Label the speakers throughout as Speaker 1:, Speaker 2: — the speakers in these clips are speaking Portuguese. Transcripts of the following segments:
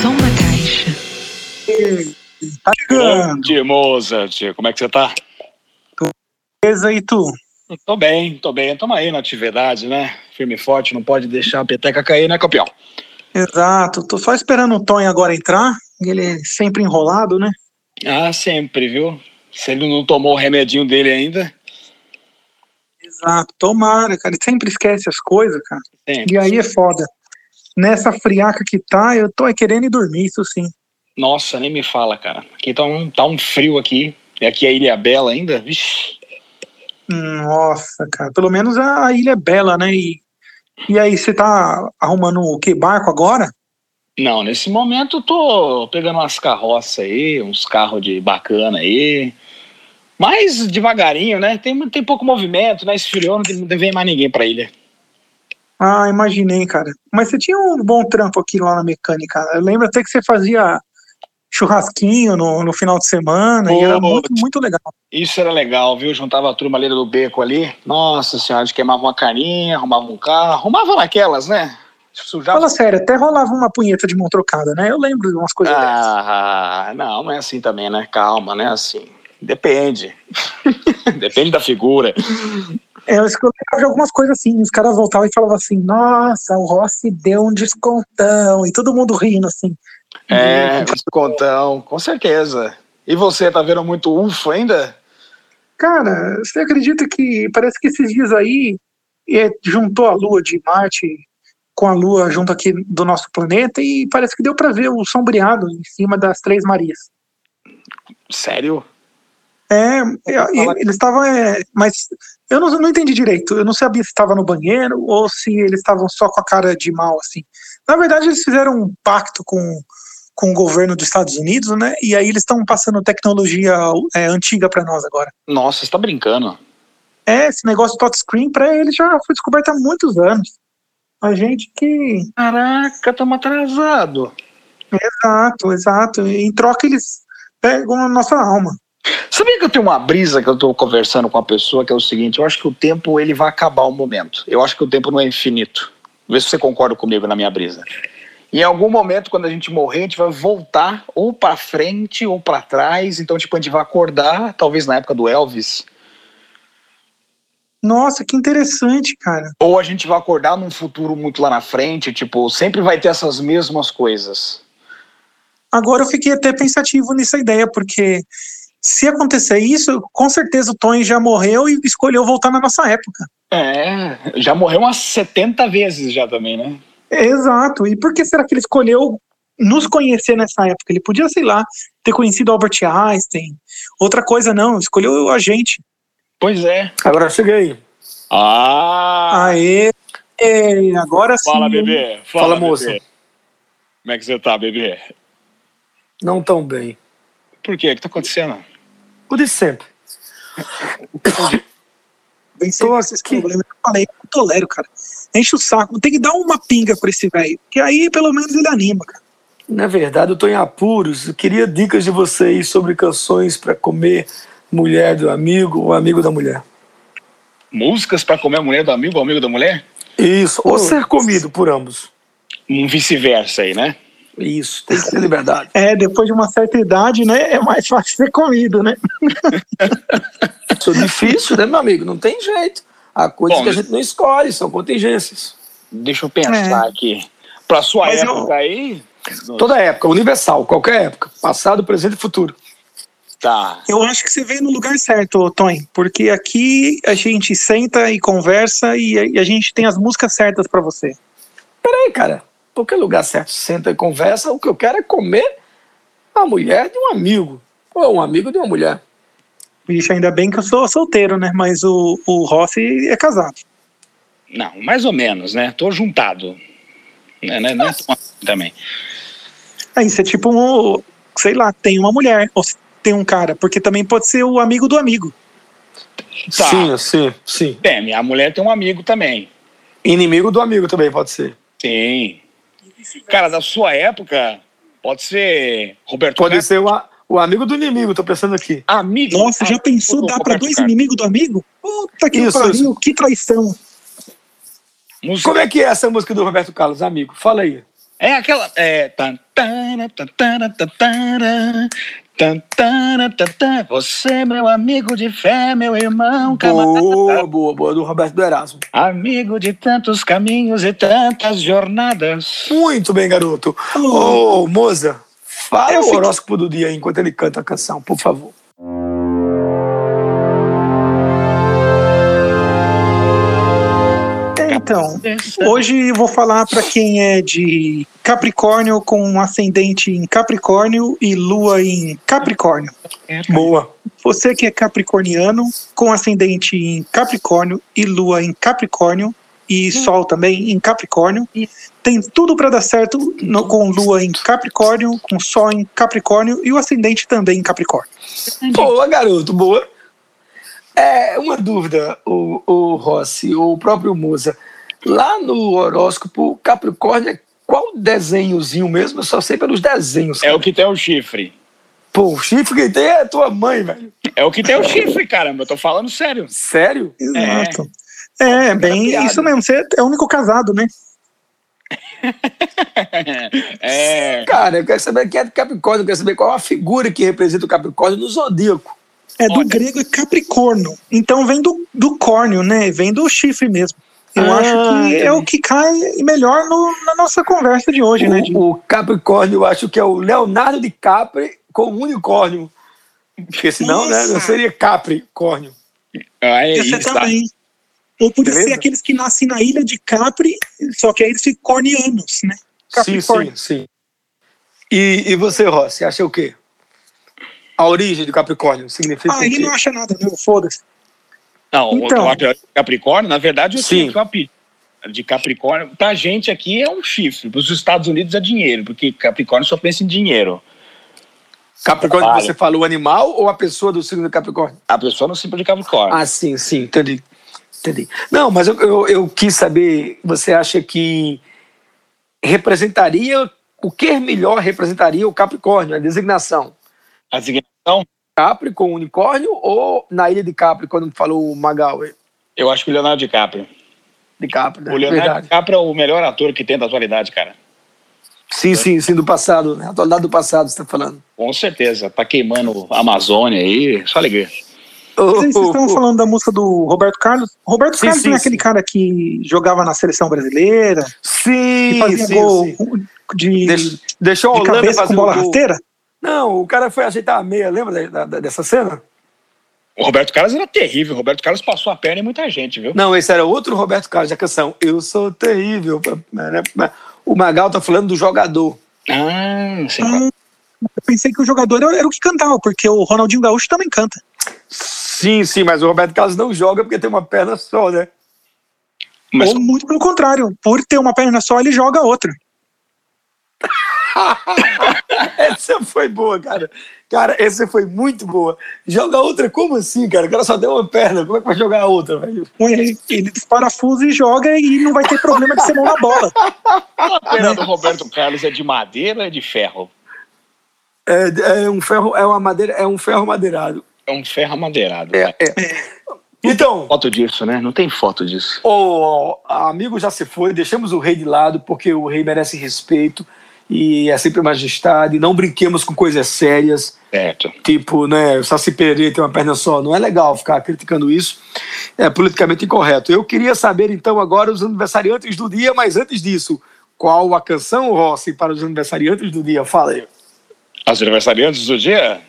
Speaker 1: Som na caixa.
Speaker 2: Tá chegando.
Speaker 3: Grande Mozart, como é que você tá?
Speaker 2: Beleza, e tu?
Speaker 3: Tô bem, tô bem. Tamo aí na atividade, né? Firme e forte, não pode deixar a peteca cair, né, campeão?
Speaker 2: Exato. Tô só esperando o Tonho agora entrar. Ele é sempre enrolado, né?
Speaker 3: Ah, sempre, viu? Se ele não tomou o remedinho dele ainda,
Speaker 2: Exato. Tomara, cara. Ele sempre esquece as coisas, cara.
Speaker 3: sempre.
Speaker 2: E aí é foda. Nessa friaca que tá, eu tô é querendo ir dormir, isso sim.
Speaker 3: Nossa, nem me fala, cara. Aqui tá um, tá um frio aqui. E aqui é Ilha Bela ainda. Vixe.
Speaker 2: Nossa, cara. Pelo menos a ilha é bela, né? E, e aí, você tá arrumando o que? Barco agora?
Speaker 3: Não, nesse momento eu tô pegando umas carroças aí, uns carros de bacana aí. Mas devagarinho, né? Tem, tem pouco movimento, né? Esfriou, não, tem- não vem mais ninguém pra ilha.
Speaker 2: Ah, imaginei, cara. Mas você tinha um bom trampo aqui lá na mecânica. Eu lembro até que você fazia churrasquinho no, no final de semana e era
Speaker 3: Pô.
Speaker 2: muito, muito legal.
Speaker 3: Isso era legal, viu? Juntava a turma ali do beco ali. Nossa senhora, a gente queimava uma carninha, arrumava um carro, arrumava naquelas, né? Sujava.
Speaker 2: Fala sério, até rolava uma punheta de mão trocada, né? Eu lembro de umas coisas dessas.
Speaker 3: Ah, não, não é assim também, né? Calma, né? Assim. Depende. Depende da figura.
Speaker 2: É, Eu escutava de algumas coisas assim, os caras voltavam e falavam assim, nossa, o Rossi deu um descontão, e todo mundo rindo, assim.
Speaker 3: É, contão, com certeza. E você, tá vendo muito UFO ainda?
Speaker 2: Cara, você acredita que parece que esses dias aí é, juntou a lua de Marte com a lua junto aqui do nosso planeta e parece que deu pra ver o sombreado em cima das Três Marias.
Speaker 3: Sério?
Speaker 2: É, eu-
Speaker 3: falar-
Speaker 2: eles estavam, é, mas eu não, não entendi direito. Eu não sabia se estava no banheiro ou se eles estavam só com a cara de mal, assim. Na verdade, eles fizeram um pacto com, com o governo dos Estados Unidos, né? E aí eles estão passando tecnologia é, antiga para nós agora.
Speaker 3: Nossa, você tá brincando.
Speaker 2: É, esse negócio touchscreen para eles já foi descoberto há muitos anos. A gente que.
Speaker 3: Caraca, tamo atrasado.
Speaker 2: Exato, exato. Em troca, eles pegam a nossa alma.
Speaker 3: Sabia que eu tenho uma brisa que eu tô conversando com a pessoa, que é o seguinte, eu acho que o tempo ele vai acabar um momento. Eu acho que o tempo não é infinito. Vê se você concorda comigo na minha brisa. Em algum momento, quando a gente morrer, a gente vai voltar ou pra frente ou pra trás. Então, tipo, a gente vai acordar, talvez na época do Elvis,
Speaker 2: Nossa, que interessante, cara.
Speaker 3: ou a gente vai acordar num futuro muito lá na frente. Tipo, sempre vai ter essas mesmas coisas.
Speaker 2: Agora eu fiquei até pensativo nessa ideia, porque se acontecer isso, com certeza o Tony já morreu e escolheu voltar na nossa época.
Speaker 3: É, já morreu umas 70 vezes já também, né?
Speaker 2: Exato. E por que será que ele escolheu nos conhecer nessa época? Ele podia, sei lá, ter conhecido Albert Einstein. Outra coisa, não, escolheu a gente.
Speaker 3: Pois é.
Speaker 4: Agora cheguei.
Speaker 3: Ah!
Speaker 2: Aê! Ei, agora sim.
Speaker 3: Fala, bebê.
Speaker 4: Fala,
Speaker 3: Fala,
Speaker 4: moça.
Speaker 3: bebê. Como é que você tá, bebê?
Speaker 4: Não tão bem.
Speaker 3: Por quê? O que tá acontecendo?
Speaker 4: O de sempre.
Speaker 2: Vem sem
Speaker 4: Tô
Speaker 2: esses
Speaker 4: aqui.
Speaker 2: problemas. Eu falei, não tolero, cara. Enche o saco. Tem que dar uma pinga pra esse velho. Que aí, pelo menos, ele anima, cara.
Speaker 4: Na verdade, eu tô em apuros. Eu queria dicas de vocês sobre canções pra comer mulher do amigo ou amigo da mulher.
Speaker 3: Músicas pra comer a mulher do amigo, o amigo da mulher?
Speaker 4: Isso. Ou
Speaker 2: Putz.
Speaker 4: ser comido por ambos.
Speaker 3: Um vice-versa aí, né?
Speaker 4: Isso. Tem que ter liberdade.
Speaker 2: É, depois de uma certa idade, né? É mais fácil ser comido, né?
Speaker 4: Isso é difícil, né, meu amigo? Não tem jeito. Há coisas
Speaker 3: Bom,
Speaker 4: que a
Speaker 3: mas-
Speaker 4: gente não escolhe, são contingências.
Speaker 3: Deixa eu pensar aqui. Pra sua
Speaker 2: É. Mas eu-
Speaker 3: época aí.
Speaker 4: Toda época, universal, qualquer época. Passado, presente e futuro.
Speaker 3: Tá.
Speaker 2: Eu acho que você veio no lugar certo, ô, Tony, porque aqui a gente senta e conversa e a, e a gente tem as músicas certas pra você.
Speaker 4: Peraí, cara. Qualquer lugar certo, senta e conversa. O que eu quero é comer a mulher de um amigo. Ou um amigo de uma mulher.
Speaker 2: Bicho, ainda bem que eu sou solteiro, né? Mas o, o Rossi é casado.
Speaker 3: Não, mais ou menos, né? Tô juntado. Né, né, né? Também.
Speaker 2: Aí você, tipo, um, sei lá, tem uma mulher ou tem um cara, porque também pode ser o amigo do amigo.
Speaker 3: Tá.
Speaker 4: Sim, sim, sim.
Speaker 3: Tem, minha mulher tem um amigo também.
Speaker 4: Inimigo do amigo também pode ser.
Speaker 3: Sim. Cara, da sua época, pode ser Roberto
Speaker 4: Pode
Speaker 3: Carlos.
Speaker 4: ser o, a- o amigo do inimigo, tô pensando aqui.
Speaker 3: Amigo.
Speaker 2: Nossa, já
Speaker 3: amigo
Speaker 2: pensou
Speaker 3: do
Speaker 2: dar pra
Speaker 3: Roberto
Speaker 2: dois
Speaker 3: Carlos.
Speaker 2: inimigos do amigo? Puta que
Speaker 4: Isso,
Speaker 2: pariu, que traição.
Speaker 3: Música.
Speaker 4: Como é que é essa música do Roberto Carlos, amigo? Fala aí.
Speaker 3: É aquela. É. tan, tana, tan, tana, tan, tana, tan, tana, tan, tan. Você, meu amigo de fé, meu irmão,
Speaker 4: Boa, boa, boa, do Roberto do Erasmo.
Speaker 3: Amigo de tantos caminhos e tantas jornadas.
Speaker 4: Muito bem, garoto. Ô, Moza, fala o horóscopo do dia enquanto ele canta a canção, por favor.
Speaker 2: Então, hoje eu vou falar pra quem é de Capricórnio com um ascendente em Capricórnio e lua em Capricórnio.
Speaker 4: Boa.
Speaker 2: Você que é capricorniano com ascendente em Capricórnio e lua em Capricórnio e sol também em Capricórnio, tem tudo pra dar certo no- com lua em Capricórnio, com sol em Capricórnio e o ascendente também em Capricórnio.
Speaker 4: Boa, garoto, boa. É uma dúvida, o, o Rossi, ou o próprio Moza. Lá no horóscopo Capricórnio, é qual desenhozinho mesmo? Eu só sei pelos desenhos.
Speaker 3: É
Speaker 4: cara.
Speaker 3: o que tem o chifre.
Speaker 4: Pô, o chifre que tem é tua mãe, velho.
Speaker 3: É o que tem o chifre, caramba. Eu tô falando sério.
Speaker 4: Sério?
Speaker 2: Exato. É, bem,
Speaker 4: piada.
Speaker 2: isso mesmo. Você é o único casado, né?
Speaker 3: É.
Speaker 4: Cara, eu quero saber quem é do Capricórnio, eu quero saber qual é a figura que representa o Capricórnio no zodíaco.
Speaker 2: É do
Speaker 3: Olha.
Speaker 2: grego é capricorno. Então vem do, do córneo, né? Vem do chifre mesmo. Eu
Speaker 4: Ah,
Speaker 2: acho que
Speaker 4: entendi.
Speaker 2: é o que cai melhor no- na nossa conversa de hoje, né? Di?
Speaker 4: O, o Capricórnio, eu acho que é o Leonardo de Capri com o unicórnio. Porque senão, né, não
Speaker 2: Nossa.
Speaker 4: seria Capricórnio.
Speaker 3: Ah, é
Speaker 2: Esse
Speaker 3: isso. tá.
Speaker 2: também. Ou podia ser
Speaker 4: Beleza?
Speaker 2: aqueles que nascem na ilha de Capri, só que aí eles ficam cornianos, né?
Speaker 4: Sim, sim, sim. E, e você, Rossi, acha o quê? A origem do Capricórnio significa o
Speaker 2: Aí
Speaker 4: quê?
Speaker 2: não acha nada, não, foda-se.
Speaker 3: Não, o
Speaker 2: Então.
Speaker 3: que eu acho Capricórnio, na verdade, eu
Speaker 4: Sim.
Speaker 3: sei que o apelido de Capricórnio, pra gente aqui é um chifre. Pros Estados Unidos é dinheiro, porque Capricórnio só pensa em dinheiro.
Speaker 4: Capricórnio,
Speaker 3: Vale.
Speaker 4: você fala o animal ou a pessoa do signo do Capricórnio?
Speaker 3: A pessoa não sempre de Capricórnio.
Speaker 4: Ah, sim, sim, entendi. Entendi. Não, mas eu, eu, eu quis saber, você acha que representaria, o que melhor representaria o Capricórnio, a designação?
Speaker 3: A designação,
Speaker 4: Capri com unicórnio ou na ilha de Capri, quando falou o Magal
Speaker 3: eu acho que o Leonardo DiCaprio.
Speaker 4: de Capri, né?
Speaker 3: O Leonardo
Speaker 4: É, Verdade.
Speaker 3: DiCaprio é o melhor ator que tem da atualidade, cara.
Speaker 4: Sim, sim, sim, do passado, né? Atualidade do passado, você tá falando.
Speaker 3: Com certeza. Tá queimando a Amazônia aí. Só alegria.
Speaker 4: Oh,
Speaker 2: Vocês estão falando da música do Roberto Carlos? Roberto
Speaker 4: Sim,
Speaker 2: Carlos
Speaker 4: sim,
Speaker 2: não é aquele
Speaker 4: sim.
Speaker 2: cara que jogava na seleção brasileira, que
Speaker 4: Sim,
Speaker 2: fazia
Speaker 4: sim,
Speaker 2: gol
Speaker 4: sim.
Speaker 2: de,
Speaker 4: Deix- deixou a
Speaker 2: de
Speaker 4: Holanda
Speaker 2: cabeça com
Speaker 4: fazer o
Speaker 2: bola
Speaker 4: gol.
Speaker 2: rasteira?
Speaker 4: Não, o cara foi ajeitar a meia, lembra da- da- dessa cena?
Speaker 3: O Roberto Carlos era terrível. O Roberto Carlos passou a perna em muita gente, viu?
Speaker 4: Não, esse era outro Roberto Carlos da canção. Eu sou terrível. O Magal tá falando do jogador.
Speaker 3: Ah, sim.
Speaker 2: Ah, Eu pensei que o jogador era era o que cantava, porque o Ronaldinho Gaúcho também canta.
Speaker 4: Sim, sim, mas o Roberto Carlos não joga porque tem uma perna só, né?
Speaker 3: Mas
Speaker 2: Ou muito pelo contrário, por ter uma perna só, ele joga outra.
Speaker 4: Essa foi boa, cara. Cara, essa foi muito boa. Joga outra, como assim, cara? O cara só tem uma perna, como é que vai jogar a outra, velho?
Speaker 2: Ou Ele, ele desparafusa e joga e não vai ter problema de ser mão na bola.
Speaker 3: a perna do Roberto Carlos é de madeira ou é de ferro?
Speaker 4: É, é um ferro, é uma madeira, é um ferro madeirado.
Speaker 3: É um ferro madeirado.
Speaker 4: É, é. Então,
Speaker 3: Foto disso, né? Não tem foto disso.
Speaker 4: o amigo já se foi, deixamos o rei de lado, porque o rei merece respeito e é sempre majestade. Não brinquemos com coisas sérias.
Speaker 3: Certo.
Speaker 4: Tipo, né, o Saci Pererê tem uma perna só. Não é legal ficar criticando isso. É politicamente incorreto. Eu queria saber, então, agora os aniversariantes do dia, mas antes disso, qual a canção, Rossi, para os aniversariantes do dia? Fala aí.
Speaker 3: As aniversariantes do dia?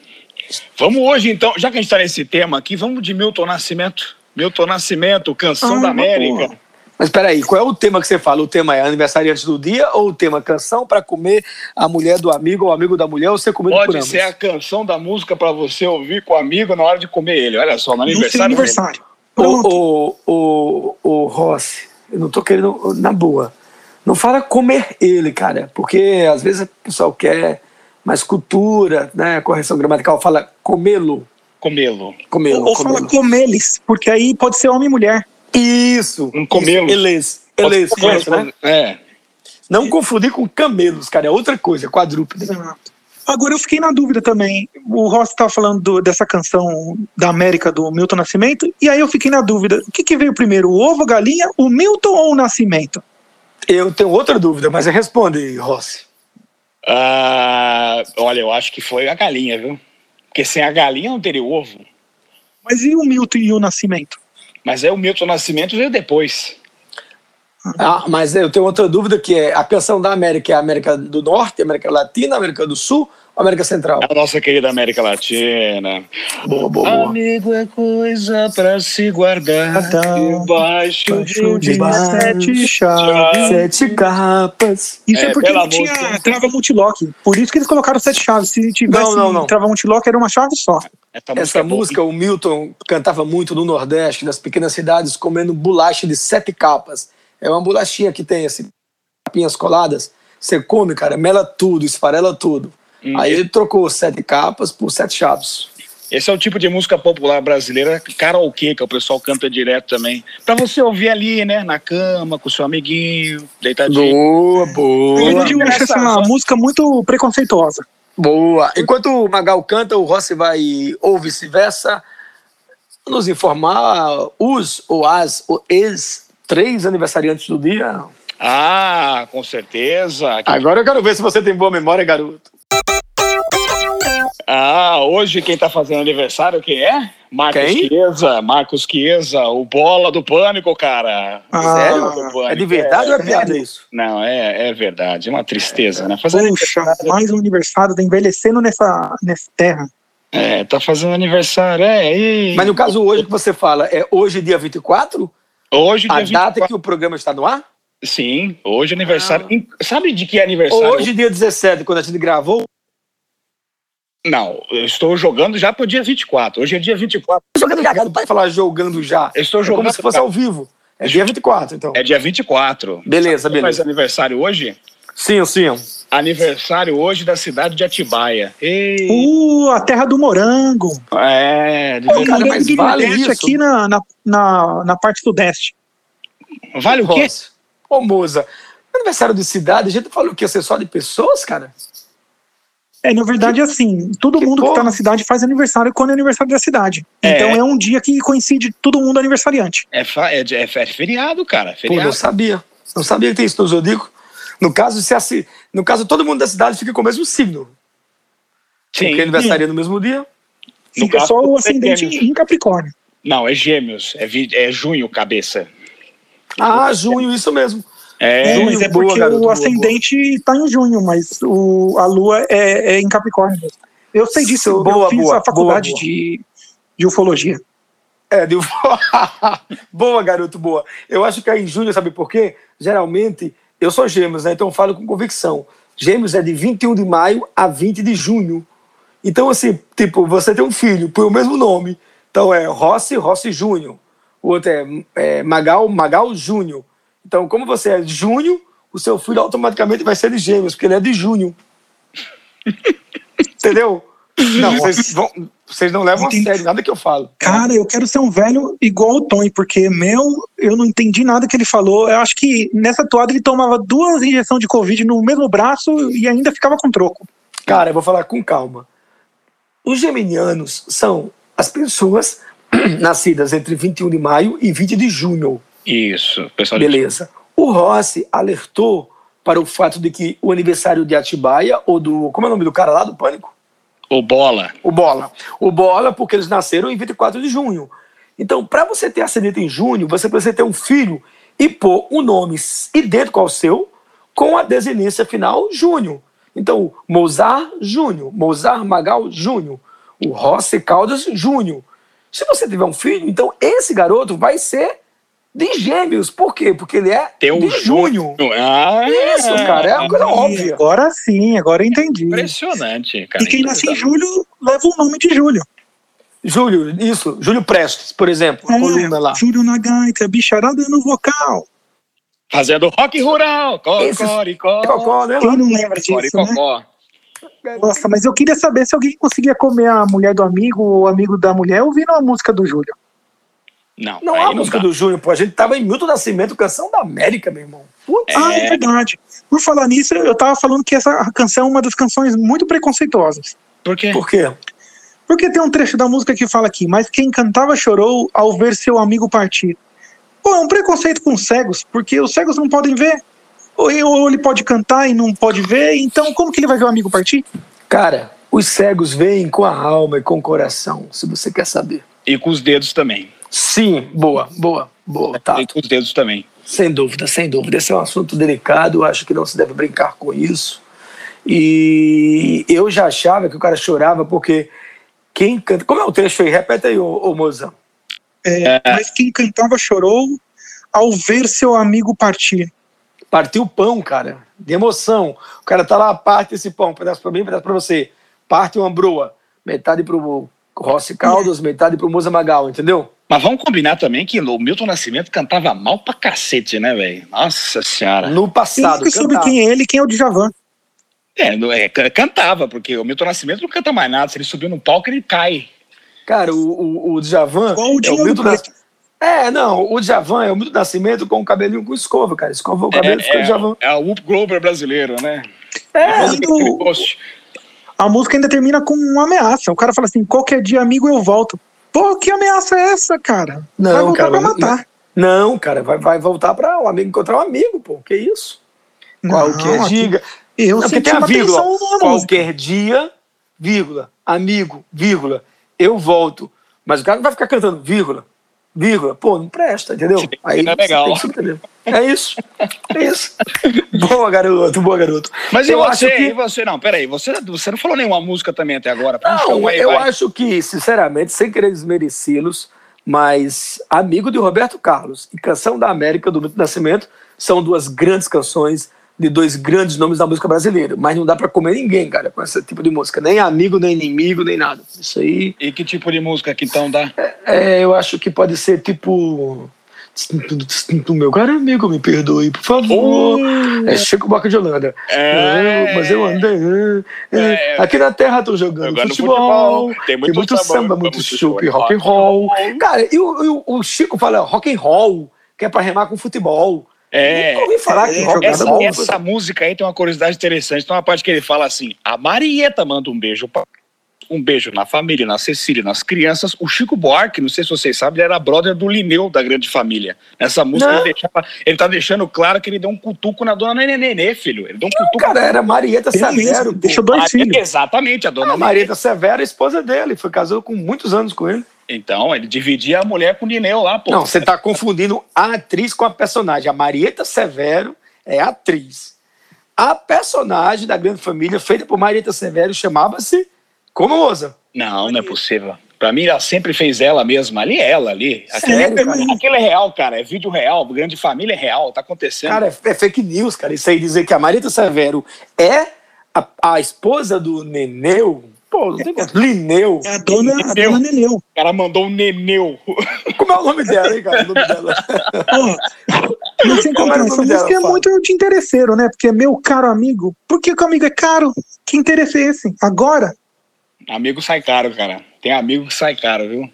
Speaker 3: Vamos hoje, então, já que a gente está nesse tema aqui, vamos de Milton Nascimento. Milton Nascimento, Canção
Speaker 2: Ah,
Speaker 3: da
Speaker 2: uma
Speaker 3: América.
Speaker 4: Mas peraí, qual é o tema que você fala? O tema é aniversariante do dia ou o tema canção para comer a mulher do amigo ou amigo da mulher ou ser comido por
Speaker 3: Pode
Speaker 4: ambos?
Speaker 3: ser a canção da música para você ouvir com o amigo na hora de comer ele. Olha só, no
Speaker 2: No seu
Speaker 3: aniversário.
Speaker 2: aniversário. Pronto.
Speaker 4: O, o, o, o Rossi, eu não tô querendo, na boa, não fala comer ele, cara, porque às vezes o pessoal quer mais cultura, né, correção gramatical, fala comê-lo,
Speaker 3: Comê-lo.
Speaker 4: comê-lo,
Speaker 2: Ou fala
Speaker 4: comê-lo.
Speaker 2: com eles, porque aí pode ser homem e mulher.
Speaker 4: Isso,
Speaker 3: Um comê-lo.
Speaker 4: isso, Beleza, Eleições,
Speaker 3: Posso-
Speaker 4: né?
Speaker 3: É.
Speaker 4: Não confundir com camelos, cara, é outra coisa, quadrúpede.
Speaker 2: Exato. Agora eu fiquei na dúvida também. O Ross estava falando do- dessa canção da América do Milton Nascimento, e aí eu fiquei na dúvida: o que, que veio primeiro, o ovo, a galinha, o Milton ou o Nascimento?
Speaker 4: Eu tenho outra dúvida, mas responde, Rossi.
Speaker 3: Ah, olha, eu acho que foi a galinha, viu? Porque sem a galinha não teria o ovo.
Speaker 2: Mas e o Milton e o Nascimento?
Speaker 3: Mas aí o Milton Nascimento veio depois.
Speaker 4: Ah, mas eu tenho outra dúvida que é a canção da América é a América do Norte, América Latina, América do Sul ou América Central?
Speaker 3: É A nossa querida América Latina.
Speaker 4: Boa, boa, boa.
Speaker 3: Amigo é coisa pra se guardar
Speaker 2: Então,
Speaker 3: debaixo
Speaker 4: Ah, tá. Baixo de É, baixo.
Speaker 2: sete chaves.
Speaker 4: Sete capas.
Speaker 2: Isso é,
Speaker 3: É,
Speaker 2: porque
Speaker 3: bela
Speaker 2: não tinha
Speaker 3: música.
Speaker 2: trava multilock. Por isso que eles colocaram sete chaves. Se tivesse
Speaker 4: Não, não, não.
Speaker 2: trava multilock, era uma chave só.
Speaker 3: Essa é
Speaker 4: Essa música é o Milton cantava muito no Nordeste, nas pequenas cidades, comendo bolacha de sete capas. É uma bolachinha que tem assim, capinhas coladas. Você come, cara, mela tudo, esfarela tudo. Aí ele trocou sete capas por sete chaves.
Speaker 3: Esse é o tipo de música popular brasileira, karaokê, que o pessoal canta direto também. Pra você ouvir ali, né? Na cama, com seu amiguinho, deitadinho.
Speaker 4: Boa,
Speaker 2: Na
Speaker 4: boa.
Speaker 2: verdade, eu acho essa
Speaker 3: Engraçado.
Speaker 2: música muito preconceituosa.
Speaker 4: Boa. Enquanto o Magal canta, o Rossi vai, ou vice-versa, nos informar os, ou as, ou ex, três aniversariantes do dia.
Speaker 3: Ah, com certeza.
Speaker 4: Agora eu quero ver se você tem boa memória, garoto.
Speaker 3: Ah, hoje quem tá fazendo aniversário, quem é? Marcos
Speaker 4: Quem?
Speaker 3: Chiesa, Marcos Chiesa, o bola do pânico, cara.
Speaker 2: Ah,
Speaker 3: Bola do
Speaker 4: É
Speaker 3: Pânico,
Speaker 4: de verdade ou é
Speaker 2: é
Speaker 4: piada
Speaker 2: sério.
Speaker 4: isso?
Speaker 3: Não, é, é verdade, é uma tristeza, né?
Speaker 4: é
Speaker 3: Fazendo
Speaker 2: Puxa, mais um aniversário tá envelhecendo nessa, nessa terra.
Speaker 3: É, tá fazendo aniversário, é. E...
Speaker 4: Mas no caso hoje que você fala, é hoje dia 24?
Speaker 3: hoje,
Speaker 4: A
Speaker 3: dia 24,
Speaker 4: data que o programa está no ar?
Speaker 3: Sim, hoje é aniversário.
Speaker 4: Ah.
Speaker 3: In- Sabe de que é
Speaker 4: Ou
Speaker 3: aniversário?
Speaker 4: hoje dia 17, quando a gente gravou?
Speaker 3: Não, eu estou jogando já pro dia 24. Hoje é dia 24.
Speaker 4: Jogando já, cara, não vai falar jogando já.
Speaker 3: Eu estou
Speaker 4: É
Speaker 3: jogando
Speaker 4: como se fosse
Speaker 3: já.
Speaker 4: ao vivo. É dia 24, então.
Speaker 3: É dia 24.
Speaker 4: Beleza,
Speaker 3: Quem Faz
Speaker 4: beleza.
Speaker 3: aniversário hoje?
Speaker 4: Sim, sim.
Speaker 3: Aniversário hoje da cidade de Atibaia. Ei.
Speaker 2: Uh, a terra do morango.
Speaker 3: É, de-
Speaker 2: É o
Speaker 4: Cara,
Speaker 2: morango
Speaker 4: mas
Speaker 2: do
Speaker 4: vale
Speaker 2: Nordeste
Speaker 4: isso?
Speaker 2: aqui na, na, na, na parte sudeste.
Speaker 3: vale o quê?
Speaker 4: Ross, Ô, moça, aniversário de cidade, a gente falou que ia ser só de pessoas, cara?
Speaker 2: É, na verdade, assim, todo
Speaker 4: que
Speaker 2: mundo que
Speaker 4: porra.
Speaker 2: tá na cidade faz aniversário quando é aniversário da cidade.
Speaker 3: É.
Speaker 2: Então é um dia que coincide todo mundo aniversariante.
Speaker 3: É, fa- é de- é fe- é feriado, cara. é
Speaker 4: Pô, não
Speaker 3: Feriado.
Speaker 4: sabia. Não sabia que tem isso no zodíaco. No caso, se assim, no caso, todo mundo da cidade fica com o mesmo signo. Porque
Speaker 3: Sim.
Speaker 4: aniversaria um no mesmo dia.
Speaker 3: No
Speaker 2: Fica
Speaker 3: caso,
Speaker 2: só o
Speaker 3: você
Speaker 2: ascendente
Speaker 3: tem-
Speaker 2: em Capricórnio.
Speaker 3: Não, é Gêmeos. É, vi- é junho, cabeça.
Speaker 4: Ah, junho, isso mesmo.
Speaker 3: É,
Speaker 2: É,
Speaker 4: Junho,
Speaker 2: mas é
Speaker 4: boa,
Speaker 2: porque
Speaker 4: garoto,
Speaker 2: o
Speaker 4: boa,
Speaker 2: ascendente tá em junho, mas o, a lua é, é em Capricórnio. mesmo. Eu sei disso, eu-
Speaker 4: Boa,
Speaker 2: eu fiz
Speaker 4: boa,
Speaker 2: a faculdade
Speaker 4: boa, boa.
Speaker 2: De, de ufologia.
Speaker 4: É, deu. boa, garoto, boa. Eu acho que é em junho, sabe por quê? Geralmente, eu sou gêmeos, né? Então eu falo com convicção. Gêmeos é de 21 de maio a 20 de junho. Então, assim, tipo, você tem um filho, põe o mesmo nome. Então é Rossi, Rossi Júnior. O outro é, é, Magal, Magal Júnior. Então, como você é de junho, o seu filho automaticamente vai ser de gêmeos, porque ele é de junho. Entendeu? Não, vocês, vão, vocês não levam a
Speaker 2: Entendi.
Speaker 4: sério nada que eu falo.
Speaker 2: Cara, eu quero ser um velho igual o Tony, porque, meu, eu não entendi nada que ele falou. Eu acho que nessa toada ele tomava duas injeções de Covid no mesmo braço e ainda ficava com troco.
Speaker 4: Cara, eu vou falar com calma. Os geminianos são as pessoas nascidas entre 21 de maio e 20 de junho.
Speaker 3: isso. Pessoal,
Speaker 4: Beleza. O Rossi alertou para o fato de que o aniversário de Atibaia, ou do. Como é o nome do cara lá do Pânico?
Speaker 3: o bola.
Speaker 4: O Bola. O Bola, porque eles nasceram em 24 de junho. Então, para você ter ascendente em junho, você precisa ter um filho e pôr um nome s- idêntico ao seu com a desinência final junho. Então, Mozart Júnior, Mozart Magal Júnior, o Rossi Caldas Júnior. Se você tiver um filho, então esse garoto vai ser de gêmeos. Por quê? Porque ele é
Speaker 3: Tem um
Speaker 4: de junho.
Speaker 3: Ah,
Speaker 4: Isso, cara, é uma coisa
Speaker 2: E
Speaker 4: óbvia.
Speaker 2: agora sim, agora eu entendi.
Speaker 3: É Impressionante, cara.
Speaker 2: E quem nasce em julho leva o nome de Júlio.
Speaker 4: Júlio, isso, Júlio Prestes, por exemplo, a coluna lá.
Speaker 2: Júlio na gaita, bicharada no vocal.
Speaker 3: Fazendo rock rural.
Speaker 4: Esses-
Speaker 3: Cocoricó.
Speaker 4: Cocó, né?
Speaker 2: Quem não lembra disso, né?
Speaker 3: Cocoricó.
Speaker 2: Nossa, mas eu queria saber se alguém conseguia comer a mulher do amigo ou o amigo da mulher ouvindo a música do Júlio.
Speaker 3: Não,
Speaker 4: Não
Speaker 3: aí
Speaker 4: há
Speaker 3: não
Speaker 4: música
Speaker 3: dá.
Speaker 4: do Júnior, pô. A gente tava em Milton Nascimento, canção da América, meu irmão. Putz,
Speaker 2: Ah, é verdade. Por falar nisso, eu tava falando que essa canção é uma das canções muito preconceituosas.
Speaker 3: Por quê?
Speaker 4: por quê?
Speaker 2: Porque tem um trecho da música que fala aqui, mas quem cantava chorou ao ver seu amigo partir. Pô, é um preconceito com os cegos, porque os cegos não podem ver. Ou, ou ele pode cantar e não pode ver, então como que ele vai ver o amigo partir?
Speaker 4: Cara, os cegos veem com a alma e com o coração, se você quer saber.
Speaker 3: E com os dedos também.
Speaker 4: Sim, boa, boa, boa, tá.
Speaker 3: E com os dedos também.
Speaker 4: Sem dúvida, sem dúvida. Esse é um assunto delicado, eu acho que não se deve brincar com isso. E eu já achava que o cara chorava porque quem canta. Como é o trecho aí? Repete aí, ô, ô Mozão.
Speaker 2: É, Mas quem cantava chorou ao ver seu amigo partir.
Speaker 4: Partiu o pão, cara, de emoção. O cara tá lá, parte esse pão, um pedaço pra mim, um pedaço pra você. Parte uma broa, metade pro Rossi Caldas, metade pro Moza Magal, entendeu?
Speaker 3: Mas vamos combinar também que o Milton Nascimento cantava mal pra cacete, né, velho? Nossa senhora.
Speaker 4: No
Speaker 2: Eu
Speaker 4: passado,
Speaker 2: nunca soube
Speaker 4: cantava.
Speaker 2: quem é ele e quem é o Djavan.
Speaker 3: É, não- é, ca- cantava, porque o Milton Nascimento não canta mais nada. Se ele subiu num palco, ele cai.
Speaker 4: Cara, o, o, o Djavan
Speaker 2: Igual é? o
Speaker 4: é o
Speaker 2: Dinho
Speaker 4: Milton
Speaker 2: Preto.
Speaker 4: Nascimento. É, não, o Djavan é o Milton Nascimento com o cabelinho com escova, cara. Escova o cabelo, fica
Speaker 3: é,
Speaker 4: o Djavan.
Speaker 3: é, é o Whoop Glover brasileiro, né?
Speaker 4: É,
Speaker 3: Fazendo aquele
Speaker 2: o-
Speaker 3: post.
Speaker 2: A música ainda termina com uma ameaça. O cara fala assim: qualquer dia, amigo, eu volto. Pô, que ameaça é essa, cara?
Speaker 4: Não,
Speaker 2: vai voltar
Speaker 4: cara,
Speaker 2: pra
Speaker 4: mas-
Speaker 2: matar.
Speaker 4: não, cara, vai, vai voltar pra o amigo encontrar um amigo, pô. Que isso? Qualquer
Speaker 2: aqui-
Speaker 4: diga.
Speaker 2: Eu
Speaker 4: Não, porque
Speaker 2: senti
Speaker 4: tem a
Speaker 2: uma
Speaker 4: vírgula.
Speaker 2: tensão na música.
Speaker 4: Qualquer dia, vírgula, amigo, vírgula, eu volto. Mas o cara não vai ficar cantando vírgula, vírgula. Pô, não presta, entendeu? Aí
Speaker 3: não é
Speaker 4: você
Speaker 3: legal.
Speaker 4: tem que subentender. É isso. É isso. boa, garoto, boa, garoto.
Speaker 3: Mas
Speaker 4: eu
Speaker 3: e você?
Speaker 4: acho que
Speaker 3: E você? Não, peraí. Você, você não falou nenhuma música também até agora.
Speaker 4: Não,
Speaker 3: Puxa, aí,
Speaker 4: eu
Speaker 3: vai.
Speaker 4: acho que, sinceramente, sem querer desmerecê-los, mas Amigo de Roberto Carlos e Canção da América do Milton Nascimento são duas grandes canções de dois grandes nomes da música brasileira. Mas não dá pra comer ninguém, cara, com esse tipo de música. Nem amigo, nem inimigo, nem nada. Isso aí,
Speaker 3: E que tipo de música que então dá?
Speaker 4: é, eu acho que pode ser tipo. Meu cara amigo, me perdoe, por favor. É Chico Boca de Holanda.
Speaker 3: É.
Speaker 4: Ah, Mas eu andei. ah,
Speaker 3: É.
Speaker 4: ah. Aqui na Terra tô jogando,
Speaker 3: Jogando
Speaker 4: futebol.
Speaker 3: futebol.
Speaker 4: Tem muito, samba, muito chup, rock and
Speaker 3: rock
Speaker 4: roll. Cara, e o, e o- o Chico fala rock and roll, que é pra remar com futebol.
Speaker 3: É.
Speaker 4: Nunca ouvi falar que
Speaker 2: é,
Speaker 4: rock and
Speaker 3: Essa,
Speaker 4: roll.
Speaker 3: essa música aí tem uma curiosidade interessante. Tem uma parte que ele fala assim: a Marieta manda um beijo pra- um beijo na família, na Cecília, nas crianças. O Chico Buarque, não sei se vocês sabem, ele era brother do Lineu da Grande Família. Nessa música
Speaker 4: Não.
Speaker 3: ele, deixava, ele tá deixando claro que ele deu um cutuco na dona Nenê, filho. Ele deu um
Speaker 4: O
Speaker 3: cutuco
Speaker 4: cara era Marieta
Speaker 2: Tem
Speaker 4: Severo.
Speaker 2: mesmo,
Speaker 4: pô.
Speaker 2: deixa dois
Speaker 3: Maria-
Speaker 2: filhos.
Speaker 3: Exatamente, a dona
Speaker 4: A Marieta Severo, é a esposa dele, foi casou com muitos anos com ele.
Speaker 3: Então, ele dividia a mulher com o Lineu lá, pô.
Speaker 4: Não, você tá confundindo a atriz com a personagem. A Marieta Severo é a atriz. A personagem da Grande Família, feita por Marieta Severo, chamava-se como moça.
Speaker 3: Não, não é possível. Pra mim, ela sempre fez ela mesma. Ali, ela, ali. Aquilo,
Speaker 4: Sério, cara?
Speaker 3: aquilo é real, cara. É vídeo real. Grande família é real. Tá acontecendo.
Speaker 4: Cara, é, é fake news, cara. Isso aí dizer que a Marieta Severo é a, a esposa do Neneu. Pô, não tem como. Lineu.
Speaker 2: É a dona, a dona Neneu.
Speaker 3: O cara mandou um neneu.
Speaker 4: Como é o nome dela, hein, cara? O nome dela.
Speaker 2: Porra. Não tem como
Speaker 4: Como era
Speaker 2: não.
Speaker 4: o
Speaker 2: Essa
Speaker 4: nome
Speaker 2: música
Speaker 4: dela,
Speaker 2: é
Speaker 4: Fábio?
Speaker 2: muito de interesseiro, né? Porque é meu caro amigo. Por que que o amigo é caro? Que interesse é esse? Agora?
Speaker 3: Amigo sai caro, cara. Tem amigo que sai caro, viu?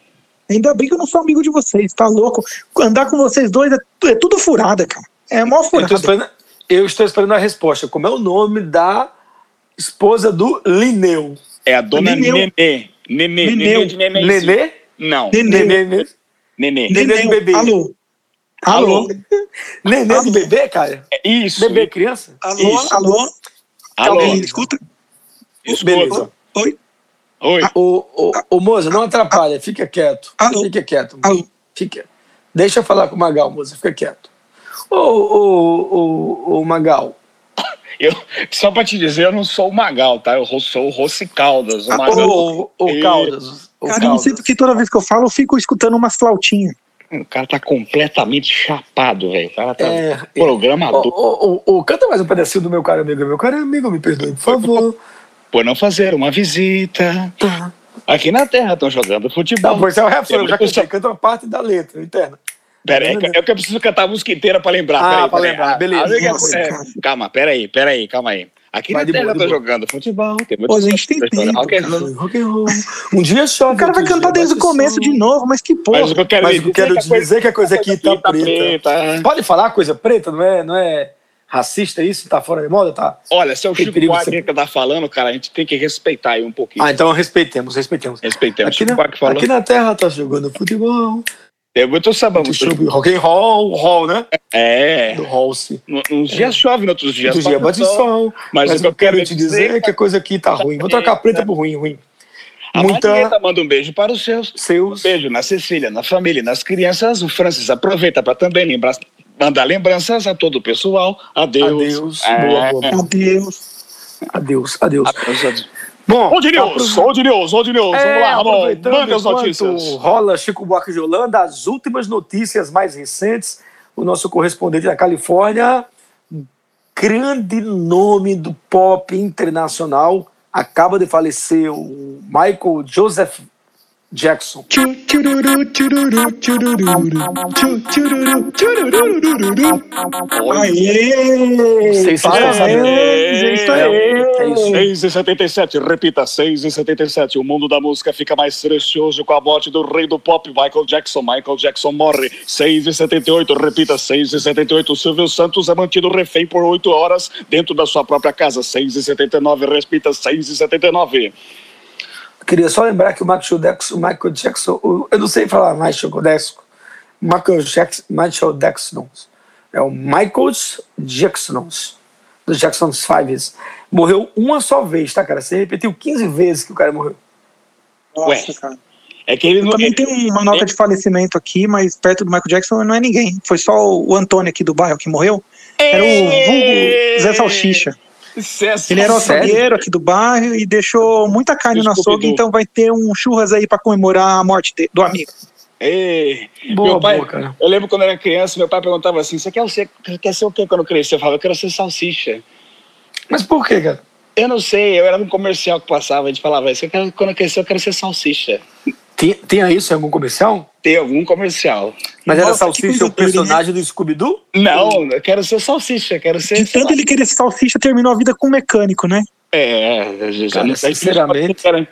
Speaker 2: Ainda bem que eu não sou amigo de vocês, tá louco? Andar com vocês dois é, tu- é tudo furada, cara. É mó
Speaker 4: Eu tô,
Speaker 2: furada.
Speaker 4: esperando, eu estou esperando a resposta. Como é o nome da esposa do Lineu?
Speaker 3: É a dona
Speaker 2: Neneu.
Speaker 3: Nenê. Nenê. Nenê
Speaker 2: Neneu.
Speaker 3: de neném. é
Speaker 4: Nenê?
Speaker 3: Não.
Speaker 2: Neneu.
Speaker 4: Nenê mesmo?
Speaker 3: Nenê.
Speaker 4: Nenê de bebê.
Speaker 2: Alô.
Speaker 3: Alô.
Speaker 2: Alô.
Speaker 4: Nenê de
Speaker 2: Alô.
Speaker 4: bebê, cara?
Speaker 3: É Isso.
Speaker 4: Bebê criança?
Speaker 2: Alô.
Speaker 3: Isso.
Speaker 2: Alô.
Speaker 3: Alô.
Speaker 2: Alguém escuta?
Speaker 3: Escuta.
Speaker 4: Beleza.
Speaker 2: Oi.
Speaker 3: Oi.
Speaker 4: Ô, ô, ô Moza, não atrapalha, fica quieto.
Speaker 2: Alô.
Speaker 4: Fica quieto.
Speaker 2: Alô.
Speaker 4: Fica. Deixa eu falar com o Magal, Moza, fica quieto. Ô, ô, ô, ô, Magal.
Speaker 3: Eu, só pra te dizer, eu não sou o Magal, tá? Eu sou o Rossi Caldas. O Magal.
Speaker 4: Ah, Ô, ô, ô,
Speaker 3: E-
Speaker 4: Caldas. Ô,
Speaker 2: Cara, eu não
Speaker 4: Caldas.
Speaker 2: sei porque toda vez que eu falo, eu fico escutando umas flautinhas.
Speaker 3: O cara tá completamente chapado, velho. O cara tá
Speaker 4: É, é.
Speaker 3: programador.
Speaker 4: Ô, ô, ô, ô, canta mais um pedacinho do meu cara amigo. Meu cara amigo, me perdoe, por favor.
Speaker 3: Por não fazer uma visita.
Speaker 4: Tá.
Speaker 3: Aqui na Terra estão jogando futebol.
Speaker 4: Não, pois é o refrão,
Speaker 3: Tá Eu
Speaker 4: eu já
Speaker 3: vou
Speaker 4: cantei. Canta uma parte da letra interna.
Speaker 3: Pera aí, é que eu preciso cantar a música inteira pra lembrar.
Speaker 4: Ah,
Speaker 3: peraí,
Speaker 4: pra
Speaker 3: peraí.
Speaker 4: lembrar,
Speaker 3: Ah,
Speaker 4: beleza.
Speaker 3: amiga,
Speaker 2: Nossa,
Speaker 3: é,
Speaker 2: cara.
Speaker 3: calma, peraí, peraí, calma aí. Aqui na terra tá jogando futebol, tem muito
Speaker 2: Pô, a gente tem
Speaker 3: pra
Speaker 2: tempo.
Speaker 3: estourar. Rock and roll.
Speaker 4: Rock and roll. Um dia chove.
Speaker 2: O cara vai
Speaker 4: outro
Speaker 2: cantar
Speaker 4: dia
Speaker 2: desde o
Speaker 4: bate
Speaker 2: começo
Speaker 4: sol.
Speaker 2: de novo, mas que porra.
Speaker 3: Mas o que eu quero
Speaker 4: um- Mas o que eu
Speaker 3: dizer
Speaker 4: quero
Speaker 3: é que a coisa-
Speaker 4: dizer é que a coisa aqui tá
Speaker 3: tá
Speaker 4: preta.
Speaker 3: preta.
Speaker 4: Pode falar coisa preta, não é, não é racista isso? Tá fora de moda? Tá.
Speaker 3: Olha, se é o
Speaker 4: Que
Speaker 3: Chico
Speaker 4: perigo
Speaker 3: Buarque
Speaker 4: você-
Speaker 3: que tá falando, cara, a gente tem que respeitar aí um pouquinho.
Speaker 4: Ah, então respeitemos, respeitemos.
Speaker 3: Respeitamos.
Speaker 4: Aqui
Speaker 3: Chico
Speaker 4: na,
Speaker 3: Buarque é falou.
Speaker 4: aqui na terra tá jogando futebol.
Speaker 3: Tem muito samba,
Speaker 4: muito
Speaker 3: muito
Speaker 4: show, rock and roll, roll, né?
Speaker 3: É.
Speaker 4: Do Halsey.
Speaker 3: N- Uns dias chove, nos outros dias
Speaker 4: Outro dia bate
Speaker 3: sol.
Speaker 4: sol.
Speaker 3: Mas
Speaker 4: Mas
Speaker 3: o que eu quero
Speaker 4: te dizer é que a coisa aqui tá ruim. Vou trocar preta por ruim, ruim.
Speaker 3: A
Speaker 4: Muita
Speaker 3: Marieta manda um beijo para os seus.
Speaker 4: seus.
Speaker 3: Beijo na Cecília, na família, nas crianças. O Francis aproveita para também lembrar, mandar lembranças a todo o pessoal. Adeus.
Speaker 4: Adeus.
Speaker 3: É.
Speaker 4: Boa, boa.
Speaker 2: Meu Deus.
Speaker 4: Adeus, adeus.
Speaker 3: Adeus, adeus. Tá É,
Speaker 4: Bom, tá
Speaker 3: Onde News? Onde News? Onde News? Vamos lá, Ramon.
Speaker 4: É, aproveitando
Speaker 3: Manda as
Speaker 4: enquanto
Speaker 3: notícias.
Speaker 4: Rola Chico Buarque de Holanda, as últimas notícias mais recentes. O nosso correspondente da Califórnia, grande nome do pop internacional, acaba de falecer, o Michael Joseph Jackson.
Speaker 2: Aê!
Speaker 4: Vocês
Speaker 2: Parabéns,
Speaker 4: sabem.
Speaker 2: é isso aí.
Speaker 4: É isso.
Speaker 3: 6 e 77, repita, 6 e 77. O mundo da música fica mais precioso com a morte do rei do pop, Michael Jackson. Michael Jackson morre. 6 e 78, repita, 6 e 78. O Silvio Santos é mantido refém por 8 horas dentro da sua própria casa. 6 e 79, repita, 6 e 79.
Speaker 4: Queria só lembrar que o Michael Jackson, o Michael Jackson o- eu não sei falar Michael Jackson, Michael Jackson, Michael Jackson, é o Michael Jackson, dos Jackson's Fives. Morreu uma só vez, tá, cara? Você repetiu 15 vezes que o cara morreu.
Speaker 2: Nossa, cara.
Speaker 3: É que ele
Speaker 2: Eu
Speaker 3: não.
Speaker 2: também tenho uma nota de falecimento aqui, mas perto do Michael Jackson não é ninguém. Foi só o Antônio aqui do bairro que morreu. Era o vulgo Zé Salsicha.
Speaker 3: César.
Speaker 2: um Ele é- era o
Speaker 4: Sério?
Speaker 2: açougueiro aqui do bairro e deixou muita carne no
Speaker 3: Desculpa,
Speaker 2: açougue,
Speaker 3: Edu.
Speaker 2: então vai ter um churras aí pra comemorar a morte de- do amigo.
Speaker 3: Ei.
Speaker 4: Boa,
Speaker 3: meu pai,
Speaker 4: boa, cara.
Speaker 3: Eu lembro quando eu era criança, meu pai perguntava assim: Você quer ser, quer ser o quê quando crescer? Eu falava: Eu quero ser salsicha.
Speaker 4: Mas por que, cara?
Speaker 3: Eu não sei, eu era num comercial que passava, a gente falava isso, eu quero, quando eu crescer eu quero ser salsicha.
Speaker 4: Tem, tem isso em algum comercial?
Speaker 3: Tem algum comercial?
Speaker 4: Mas era
Speaker 2: Nossa, que
Speaker 4: Salsicha
Speaker 2: coisa
Speaker 4: o personagem do Scooby-Doo?
Speaker 3: Não,
Speaker 4: Hum.
Speaker 3: eu quero ser salsicha, quero ser...
Speaker 2: De
Speaker 3: sei
Speaker 2: tanto
Speaker 3: lá.
Speaker 2: ele querer ser salsicha, terminou a vida com um mecânico, né?
Speaker 3: É, às vezes,
Speaker 4: Cara,
Speaker 3: eu não sei se
Speaker 4: sinceramente-
Speaker 3: isso pode ser-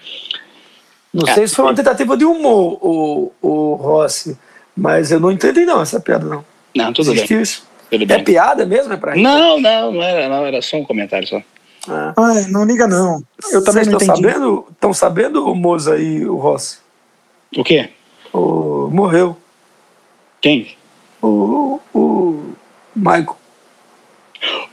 Speaker 4: Não
Speaker 3: É.
Speaker 4: sei se foi uma tentativa de humor, o, o Rossi, mas eu não entendi não essa piada, não.
Speaker 3: Não, Ah, tudo bem,
Speaker 4: Existiu isso?
Speaker 3: tudo
Speaker 4: É
Speaker 3: bem.
Speaker 4: piada mesmo? É pra rir?
Speaker 3: Não, não, não era, não, era só um comentário só.
Speaker 4: Ah.
Speaker 2: Ai, não liga não. Eu também não entendi.
Speaker 4: Estão sabendo, tão sabendo o Moza e o Rossi?
Speaker 3: O quê?
Speaker 4: O, morreu.
Speaker 3: Quem?
Speaker 4: O, o Michael.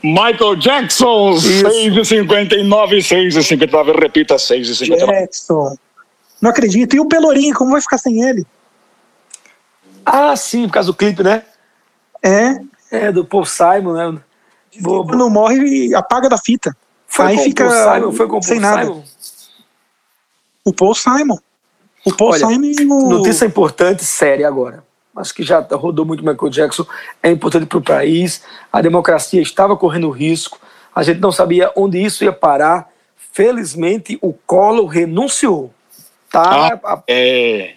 Speaker 3: Michael Jackson,
Speaker 4: Isso.
Speaker 3: 6,59, 6,59, repita, 6,59.
Speaker 2: Jackson. Não acredito. E o Pelourinho, como vai ficar sem ele?
Speaker 4: Ah, sim, por causa do clipe, né?
Speaker 2: É,
Speaker 4: É, do Paul Simon, né? Boa, boa.
Speaker 2: não morre e apaga da fita. aí
Speaker 4: com o
Speaker 2: fica
Speaker 4: Paul Simon, foi com o
Speaker 2: sem
Speaker 4: Paul
Speaker 2: nada.
Speaker 4: Simon.
Speaker 2: O Paul Simon. O Paul
Speaker 4: Olha,
Speaker 2: Simon e o...
Speaker 4: Notícia é importante, séria agora. Acho que já rodou muito Michael Jackson. É importante para o país. A democracia estava correndo risco. A gente não sabia onde isso ia parar. Felizmente, o Collor renunciou. Tá? A-
Speaker 3: É,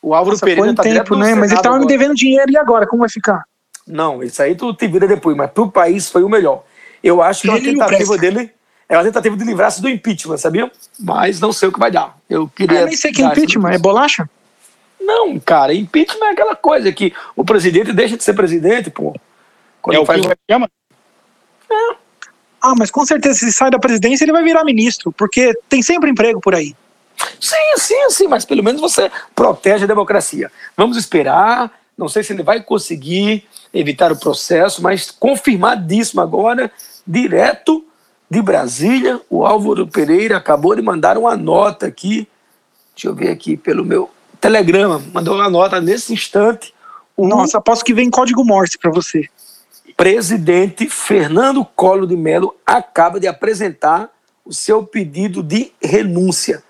Speaker 4: o Álvaro
Speaker 2: Nossa,
Speaker 4: Pereira
Speaker 2: põe
Speaker 4: tá direto
Speaker 2: tempo,
Speaker 4: no
Speaker 2: né? Mas ele
Speaker 4: Senado
Speaker 2: tava me
Speaker 4: agora.
Speaker 2: devendo dinheiro e agora? Como vai ficar?
Speaker 4: Não, isso aí tu te vira depois, mas pro país foi o melhor. Eu acho que é uma
Speaker 2: Ele e o
Speaker 4: tentativa
Speaker 2: Prestes.
Speaker 4: dele é uma tentativa de livrar-se do impeachment, sabia? Mas não sei o que vai dar. Eu queria.
Speaker 2: Eu nem sei que é
Speaker 4: dar essa
Speaker 2: impeachment. É
Speaker 4: notícia.
Speaker 2: bolacha?
Speaker 4: Não, cara, impeachment é aquela coisa que o presidente deixa de ser presidente, pô. Quando
Speaker 3: é o
Speaker 4: faz um-
Speaker 3: que chama?
Speaker 2: Ah, mas com certeza se sai da presidência ele vai virar ministro, porque tem sempre emprego por aí.
Speaker 4: Sim, sim, sim, mas pelo menos você protege a democracia. Vamos esperar. Não sei se ele vai conseguir evitar o processo, mas confirmadíssimo agora, direto de Brasília, o Álvaro Pereira acabou de mandar uma nota aqui. Deixa eu ver aqui pelo meu telegrama. Mandou uma nota nesse instante. O
Speaker 2: Nossa, aposto que vem código Morse pra você.
Speaker 4: presidente Fernando Collor de Mello acaba de apresentar o seu pedido de renúncia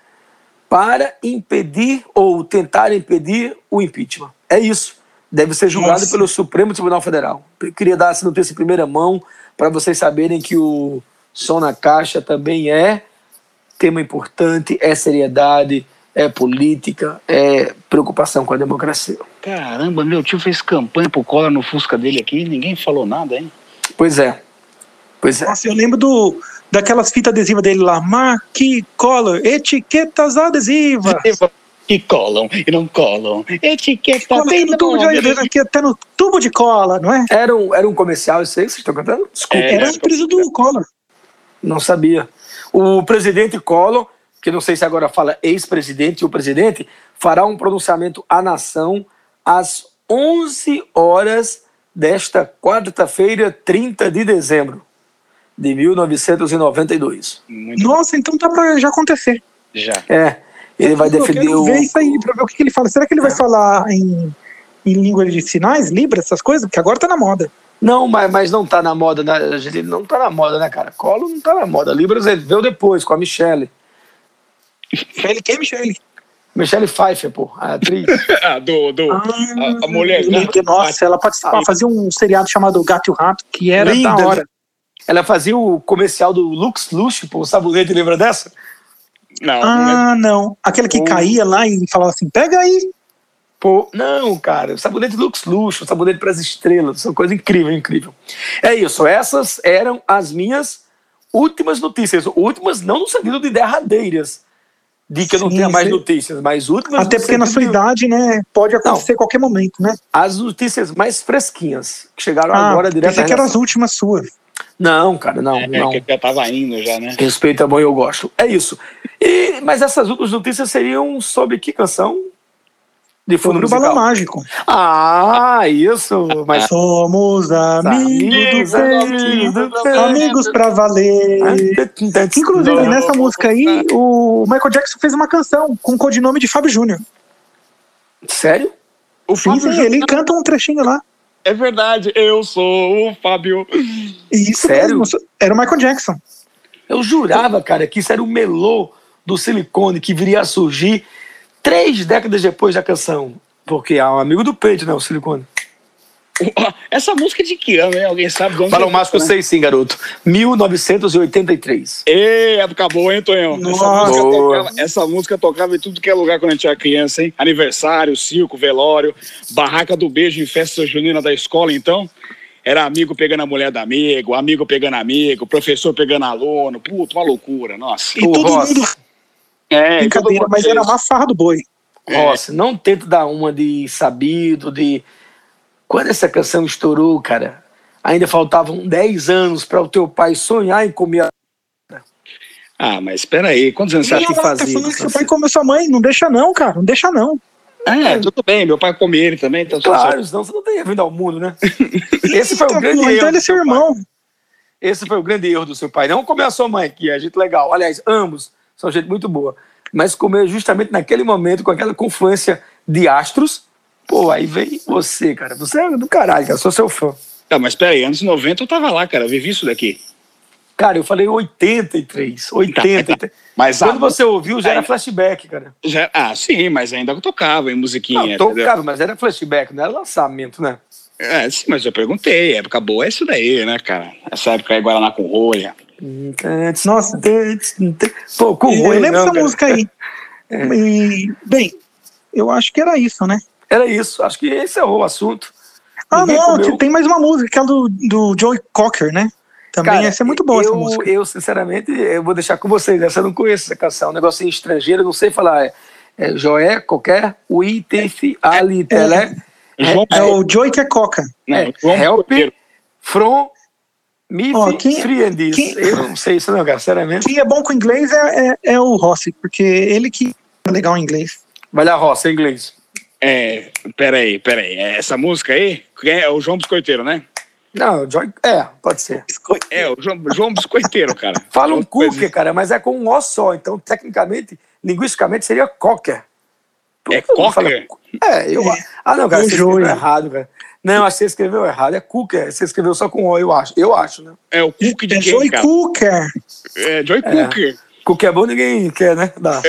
Speaker 4: para impedir ou tentar impedir o impeachment. É isso. Deve ser julgado
Speaker 2: Nossa.
Speaker 4: pelo Supremo Tribunal Federal. Eu queria dar essa notícia em primeira mão para vocês saberem que o som na caixa também é tema importante, é seriedade, é política, é preocupação com a democracia.
Speaker 3: Caramba, meu tio fez campanha pro Collor no Fusca dele aqui, ninguém falou nada, hein?
Speaker 4: Pois é. Pois é.
Speaker 2: Nossa, eu lembro do, daquelas fitas adesivas dele lá. Marque Color, etiquetas adesivas.
Speaker 5: E colam, e não colam.
Speaker 3: Tá
Speaker 5: Etiqueta
Speaker 2: Cola
Speaker 5: tem
Speaker 2: aqui no tubo de
Speaker 5: nome.
Speaker 2: adesivo, aqui até no tubo de cola, não é?
Speaker 4: Era um, era um comercial isso aí que vocês estão cantando? Desculpa.
Speaker 5: É.
Speaker 2: Era a empresa do Collor.
Speaker 4: Não sabia. O presidente Collor, que não sei se agora fala ex-presidente ou presidente, fará um pronunciamento à nação às 11 horas desta quarta-feira, 30 de dezembro de 1992.
Speaker 5: Muito
Speaker 2: Nossa, então dá pra já acontecer.
Speaker 5: já.
Speaker 4: É, ele vai
Speaker 2: Eu quero
Speaker 4: defender o...
Speaker 2: ver isso aí, pra ver o que, que ele fala. Será que ele vai falar em, em língua de sinais, Libra, essas coisas? Porque agora tá na moda.
Speaker 4: Não, mas, mas não tá na moda, né? A gente não tá na moda, né, cara? Collor não tá na moda. Libras ele veio depois, com a Michelle.
Speaker 2: Michele, quem é Michele?
Speaker 4: Michelle Pfeiffer, pô, a atriz.
Speaker 3: Ah, do, do, a, a mulher. né?
Speaker 2: Eu lembro que, Nossa, ela participava, fazia um seriado chamado Gato e o Rato, que era
Speaker 4: Linda,
Speaker 2: da hora.
Speaker 4: Ela fazia o comercial do Lux Luxo, pô, o sabonete, lembra dessa?
Speaker 3: Não, não é-
Speaker 2: Ah, não. Aquele que
Speaker 4: Hum.
Speaker 2: caía lá e falava assim, pega aí.
Speaker 4: Pô, não, cara, o sabonete Lux Luxo, o sabonete para as estrelas, são coisa incrível, incrível. É isso, essas eram as minhas últimas notícias. Últimas não no sentido de derradeiras, de que eu não
Speaker 2: Sim,
Speaker 4: tenha mais
Speaker 2: sim.
Speaker 4: notícias, mas últimas
Speaker 2: Até
Speaker 4: no
Speaker 2: porque na
Speaker 4: sentido
Speaker 2: sua
Speaker 4: de-
Speaker 2: idade, né, pode acontecer a qualquer momento, né?
Speaker 4: As notícias mais fresquinhas, que chegaram
Speaker 2: Ah,
Speaker 4: agora direto
Speaker 2: pensei
Speaker 4: à
Speaker 2: que eram as
Speaker 4: redação.
Speaker 2: últimas suas.
Speaker 4: Não, cara, não,
Speaker 3: é,
Speaker 4: não.
Speaker 3: que eu já tava indo já, né?
Speaker 4: Respeita, bom, eu gosto. É isso. E, mas essas últimas notícias seriam sobre que canção? De fundo
Speaker 2: Sobre o Balão
Speaker 4: musical.
Speaker 2: Mágico.
Speaker 4: Ah, isso. Mas
Speaker 2: Somos amigos
Speaker 4: Amigos,
Speaker 2: do
Speaker 4: amigos do
Speaker 2: peito, amigos pra
Speaker 4: Ah,
Speaker 2: valer. Inclusive, né? nessa música aí, o Michael Jackson fez uma canção com o codinome de Fábio Júnior.
Speaker 4: Sério?
Speaker 3: O
Speaker 2: Sim, sim,
Speaker 3: Júnior-
Speaker 2: ele canta um trechinho lá.
Speaker 3: É verdade, eu sou o Fábio.
Speaker 2: E Isso
Speaker 4: Sério?
Speaker 2: mesmo, era o Michael Jackson.
Speaker 4: Eu jurava, cara, que isso era o melô do silicone que viria a surgir três décadas depois da canção. Porque é um amigo do peito, né? O silicone.
Speaker 3: Essa música é de que ano, hein? Alguém sabe de onde
Speaker 4: Balão
Speaker 3: é?
Speaker 4: Mágico, eu sei sim, garoto. 1983.
Speaker 3: Ei, época boa, hein, Tonhão?
Speaker 2: Nossa.
Speaker 3: Essa, música
Speaker 4: Boa.
Speaker 3: tocava, essa música tocava em tudo que é lugar quando a gente era criança, hein? Aniversário, circo, velório, barraca do beijo em festa junina da escola, então. Era amigo pegando a mulher do amigo, amigo pegando amigo, professor pegando aluno. Puta, uma loucura, nossa.
Speaker 2: E
Speaker 4: O
Speaker 2: todo
Speaker 4: Ross.
Speaker 2: mundo
Speaker 3: É,
Speaker 2: brincadeira, mas era uma farra do boi.
Speaker 4: Rossi, não tenta dar uma de sabido, de. Quando essa canção estourou, cara, ainda faltavam 10 anos para o teu pai sonhar em comer. a-
Speaker 3: Ah, mas peraí, quantos anos você
Speaker 4: que
Speaker 2: Ih,
Speaker 3: acha?
Speaker 2: olha lá,
Speaker 4: fazia,
Speaker 2: Tá falando que seu
Speaker 4: Francisco?
Speaker 2: pai comeu sua mãe. Não deixa não, cara. Não deixa não.
Speaker 3: É, tudo bem, meu pai comia ele também, então
Speaker 4: Claro, senão você não teria vindo ao mundo, né? Esse foi o
Speaker 2: Eita,
Speaker 4: grande
Speaker 2: porra,
Speaker 4: erro.
Speaker 2: Então ele é
Speaker 4: do
Speaker 2: seu
Speaker 4: pai.
Speaker 2: irmão.
Speaker 4: Esse foi o grande erro do seu pai. Não comer a sua mãe, que é gente legal. Aliás, ambos são gente muito boa. Mas comer justamente naquele momento, com aquela confluência de astros, pô, aí vem você, cara. Você é do caralho, cara. Sou seu fã.
Speaker 3: Tá, mas peraí, anos 90 eu tava lá, cara, eu vivi isso daqui.
Speaker 4: Cara, eu falei 83. 83.
Speaker 3: Mas
Speaker 4: Quando
Speaker 3: a-
Speaker 4: você ouviu, já era
Speaker 3: Aí-
Speaker 4: flashback, cara.
Speaker 3: já- ah, sim, mas ainda eu tocava em
Speaker 4: Não,
Speaker 3: musiquinha. entendeu?
Speaker 4: tocava, mas era flashback, não era lançamento, né?
Speaker 3: É, sim, mas eu perguntei, época boa é isso daí, né, cara? Essa época aí, Guaraná com rolha.
Speaker 2: Nossa.
Speaker 4: Pô, com
Speaker 2: Eu
Speaker 4: ruim,
Speaker 2: lembro
Speaker 4: não,
Speaker 2: essa
Speaker 4: cara. É.
Speaker 2: música aí. E, bem, eu acho que era isso, né?
Speaker 4: Era isso, acho que encerrou o assunto.
Speaker 2: Ah,
Speaker 4: Ninguém
Speaker 2: não,
Speaker 4: comeu.
Speaker 2: tem mais uma música, que é do, do Joey Cocker, né? Também
Speaker 4: Cara,
Speaker 2: essa é muito boa
Speaker 4: eu,
Speaker 2: essa música.
Speaker 4: Eu, sinceramente, eu vou deixar com vocês. Essa eu não conheço essa canção. É um negocinho estrangeiro, eu não sei falar. É, é Joé, qualquer, Uitense, Ali, Tele,
Speaker 3: João,
Speaker 2: É o Joey que é Coca.
Speaker 3: não,
Speaker 4: é,
Speaker 3: João
Speaker 4: help.
Speaker 3: Cordeiro.
Speaker 4: From, Me,
Speaker 2: Ó, quem-
Speaker 4: Friendis.
Speaker 2: quem-
Speaker 4: Eu não sei isso não, cara, sinceramente.
Speaker 2: Quem é bom com inglês é, é, é o Rossi, porque ele que é legal em inglês.
Speaker 4: Vai lá, Roça, em inglês.
Speaker 3: É, peraí, peraí. é essa música aí é o João Biscoiteiro, né?
Speaker 4: Não, Joy, é, pode ser.
Speaker 3: É, o João, João Biscoiteiro, cara. assim.
Speaker 4: Fala um
Speaker 3: João Biscoiteiro.
Speaker 4: cookie, cara, mas é com um O só. Então, tecnicamente, linguisticamente, seria cocker. Por
Speaker 3: É
Speaker 4: que eu não falo-
Speaker 3: cocker?
Speaker 4: É, eu... Ah, não, cara,
Speaker 2: O
Speaker 4: você escreveu
Speaker 2: joio.
Speaker 4: errado, cara. Não, acho que você escreveu errado. É cooker. Você escreveu só com O, eu acho. Eu acho, né?
Speaker 3: É o Cook
Speaker 2: É
Speaker 3: de
Speaker 2: Joey
Speaker 3: quem, cara?
Speaker 2: Cocker.
Speaker 3: É, Joy Cook.
Speaker 4: Cookie é bom, ninguém quer, né? Dá.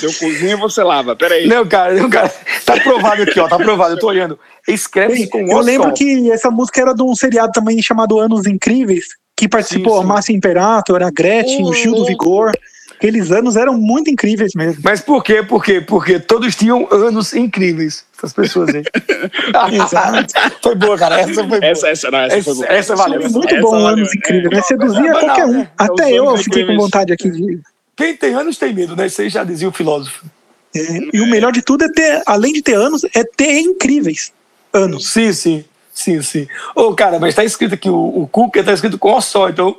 Speaker 3: Seu cozinho você lava, peraí.
Speaker 4: Não, cara, não, cara. Tá aprovado aqui, ó. Tá aprovado. Eu tô olhando. Escreve
Speaker 2: Bem,
Speaker 4: com O
Speaker 2: eu lembro
Speaker 4: só.
Speaker 2: que essa música era de um seriado também chamado Anos Incríveis, que participou
Speaker 4: Sim, sim.
Speaker 2: a Márcia Imperator, a Gretchen, o Gil do Vigor. aqueles anos eram muito incríveis mesmo.
Speaker 4: Mas por quê? Por quê? Porque todos tinham anos incríveis, essas pessoas aí.
Speaker 2: Exato.
Speaker 4: foi boa, cara. Essa foi boa.
Speaker 6: Essa, essa, não, essa, foi boa.
Speaker 4: Essa valeu.
Speaker 2: Foi muito
Speaker 6: Essa
Speaker 2: bom,
Speaker 6: valeu,
Speaker 2: anos
Speaker 6: né?
Speaker 2: incríveis.
Speaker 6: É,
Speaker 2: Mas seduzia
Speaker 4: não,
Speaker 2: qualquer
Speaker 4: não,
Speaker 2: um.
Speaker 4: é.
Speaker 6: Os
Speaker 2: Até eu
Speaker 6: anos
Speaker 2: fiquei com
Speaker 6: incríveis.
Speaker 2: vontade aqui de.
Speaker 4: Quem tem anos tem medo, né? Isso aí já dizia o filósofo.
Speaker 2: é, E o melhor de tudo é ter, além de ter anos, é ter incríveis anos.
Speaker 4: Sim, sim. Sim, sim. Ô, cara, mas tá escrito aqui, o, o Cuca tá escrito com O só, então.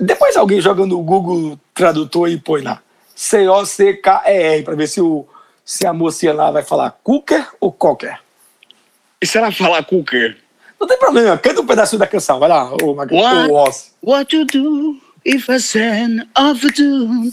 Speaker 4: Depois alguém joga no Google Tradutor e põe lá. C-O-C-K-E-R, pra ver se, o, se a mocinha lá vai falar Cooker ou Cocker.
Speaker 6: E se ela falar Cooker?
Speaker 4: Não tem problema, canta um pedacinho da canção, vai lá, ô, Maga-
Speaker 6: What?
Speaker 4: ô, Ossi.
Speaker 6: What to do if I send overdue?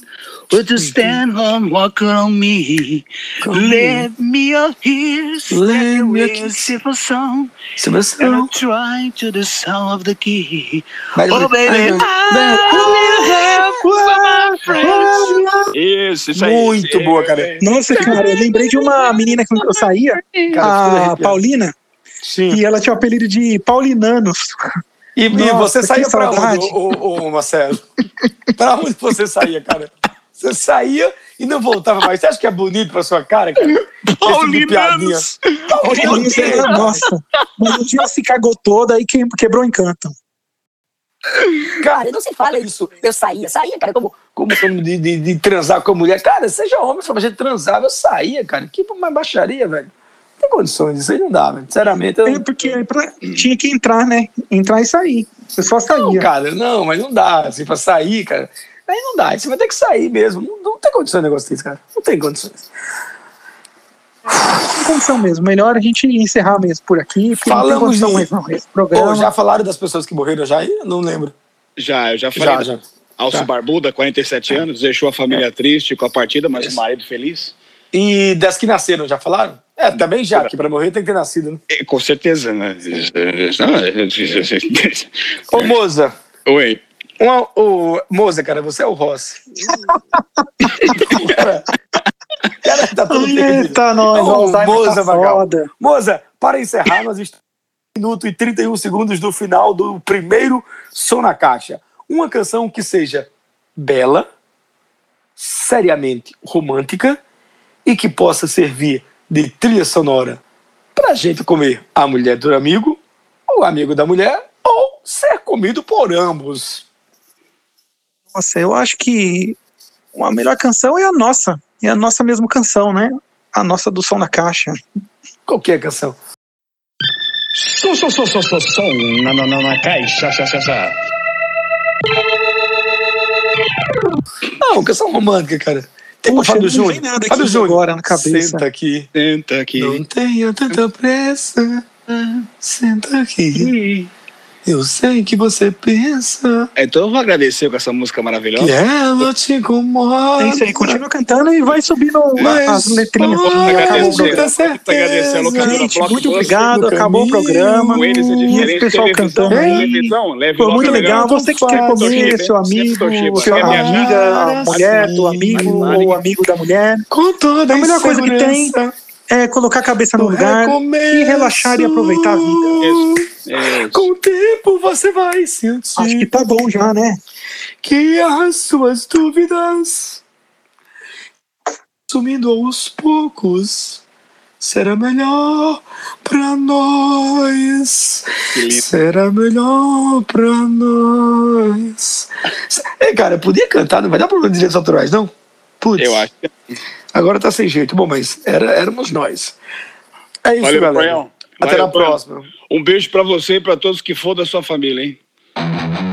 Speaker 6: Would
Speaker 4: Mm-hmm.
Speaker 6: you stand on walking on me? Let me out here,
Speaker 4: Let me out
Speaker 6: let
Speaker 4: here.
Speaker 6: me sing a song, and
Speaker 4: Sebastião.
Speaker 6: I'll try to the sound of the key.
Speaker 4: Mas-
Speaker 6: Oh, baby, I will have for my friends. Isso, isso
Speaker 4: Muito boa, cara.
Speaker 2: Nossa, cara, eu lembrei de uma menina com que eu saía,
Speaker 4: Cara, fiquei
Speaker 2: a
Speaker 4: arrepiado.
Speaker 2: Paulina,
Speaker 4: Sim.
Speaker 2: e ela tinha o apelido de Paulinanos.
Speaker 4: E, e
Speaker 2: Nossa,
Speaker 4: você
Speaker 2: que
Speaker 4: saía pra
Speaker 2: saudade.
Speaker 4: onde, ô, ô, ô, Marcelo? pra onde você saía, cara? Você saía e não voltava mais. Você acha que é bonito pra sua cara, cara? Esse tipo de piadinha.
Speaker 6: Paulinanos.
Speaker 2: Paulinanos era, né? nossa. Mas um dia ela se cagou toda e que- quebrou o encanto.
Speaker 4: Cara,
Speaker 7: Não se fala isso. Eu saía, saía, cara, como
Speaker 4: como como de, de, de transar com a mulher. Cara, seja homem, só pra gente transava, eu saía, cara. Que mais baixaria, velho. Não tem condições, isso aí não dá, velho. Sinceramente, eu...
Speaker 2: É, porque aí pra- tinha que entrar, né? Entrar e sair. Você só
Speaker 4: Não,
Speaker 2: saía.
Speaker 4: cara, não, mas não dá. Assim, pra sair, cara. Aí não dá. Aí você vai ter que sair mesmo. Não, não tem condições de negócio desse, cara. Não tem condições.
Speaker 2: Sem condição mesmo. Melhor a gente encerrar mesmo por aqui. Porque não tem
Speaker 4: Falamos
Speaker 2: condição
Speaker 4: de-
Speaker 2: mais não. Esse
Speaker 4: Pô,
Speaker 2: programa.
Speaker 4: já falaram das pessoas que morreram já? Eu não lembro.
Speaker 6: Já, eu já falei.
Speaker 4: Já, já.
Speaker 6: Alcio
Speaker 4: Já. É.
Speaker 6: Barbuda, 47 anos, deixou a família triste com a partida, mas o marido feliz.
Speaker 4: E das que nasceram, já falaram? É, também já, que pra morrer tem que ter nascido, né?
Speaker 6: É, Com certeza, né? é,
Speaker 4: Ô, Moza,
Speaker 6: Oi.
Speaker 4: uma, ô, Moza, cara, você é o Rossi. cara, cara, tá tudo perdido.
Speaker 2: Eita, nós.
Speaker 4: Ô,
Speaker 2: o Alzheimer
Speaker 4: Moza,
Speaker 2: tá
Speaker 4: Vagal.
Speaker 2: foda.
Speaker 4: Moza, para encerrar, nós estamos em 1 minuto e 31 segundos do final do primeiro Som na Caixa. Uma canção que seja bela, seriamente romântica e que possa servir de trilha sonora pra gente comer a mulher do amigo, o amigo da mulher ou ser comido por ambos.
Speaker 2: Nossa, eu acho que a melhor canção é a nossa. É a nossa mesma canção, né? A nossa do som na caixa.
Speaker 4: Qualquer canção.
Speaker 8: Som, som, som, som, som, som. um, Na, na, na, na caixa, xa, xa, xa.
Speaker 4: Não, Ah, canção romântica, cara. Tem pra
Speaker 2: Puxa,
Speaker 4: Fábio
Speaker 2: não vem
Speaker 4: Júnior.
Speaker 2: nada aqui
Speaker 4: Fábio Júnior.
Speaker 2: agora na cabeça.
Speaker 4: Senta aqui.
Speaker 6: Senta aqui.
Speaker 4: Não tenha tanta pressa. Senta aqui. Eu sei que você pensa
Speaker 6: Então eu vou agradecer com essa música
Speaker 4: que
Speaker 6: maravilhosa.
Speaker 4: ela te incomoda.
Speaker 2: É isso aí. Continua cantando e vai subindo
Speaker 4: Mas
Speaker 2: as letrinhas.
Speaker 4: vamos
Speaker 2: Acabou o
Speaker 6: agradecer.
Speaker 2: programa.
Speaker 6: agradecer a locadora
Speaker 2: Gente,
Speaker 6: Blockbuster.
Speaker 2: muito obrigado. Acabou o programa.
Speaker 6: Com eles é
Speaker 2: E
Speaker 6: diferente.
Speaker 2: esse pessoal
Speaker 6: televisão,
Speaker 2: cantando aí.
Speaker 6: televisão, leve
Speaker 2: Foi
Speaker 6: logo
Speaker 2: muito
Speaker 6: a
Speaker 2: legal.
Speaker 6: televisão.
Speaker 2: Você que quer comer seu amigo, sua amiga, a mulher do amigo ou amigo da mulher,
Speaker 4: Com toda
Speaker 2: A melhor coisa que tem
Speaker 4: insegurança,
Speaker 2: é colocar a cabeça no
Speaker 4: eu
Speaker 2: lugar e
Speaker 4: recomeço.
Speaker 2: relaxar e aproveitar a vida.
Speaker 6: É,
Speaker 4: Com o tempo você vai sentir
Speaker 2: Acho que
Speaker 4: que...
Speaker 2: tá bom já, né?
Speaker 4: as suas dúvidas sumindo aos poucos será melhor pra nós.
Speaker 6: que lindo.
Speaker 4: Será melhor pra nós. Ei, cara, podia cantar, não vai dar problema de direitos autorais, não? Putz,
Speaker 6: Eu acho.
Speaker 4: agora tá sem jeito. Bom, mas era, éramos nós. É isso,
Speaker 6: Valeu,
Speaker 4: galera.
Speaker 6: Proião.
Speaker 4: Até
Speaker 6: Valeu,
Speaker 4: na
Speaker 6: Proião.
Speaker 4: próxima.
Speaker 6: Um beijo pra você e pra todos que for da sua família, hein?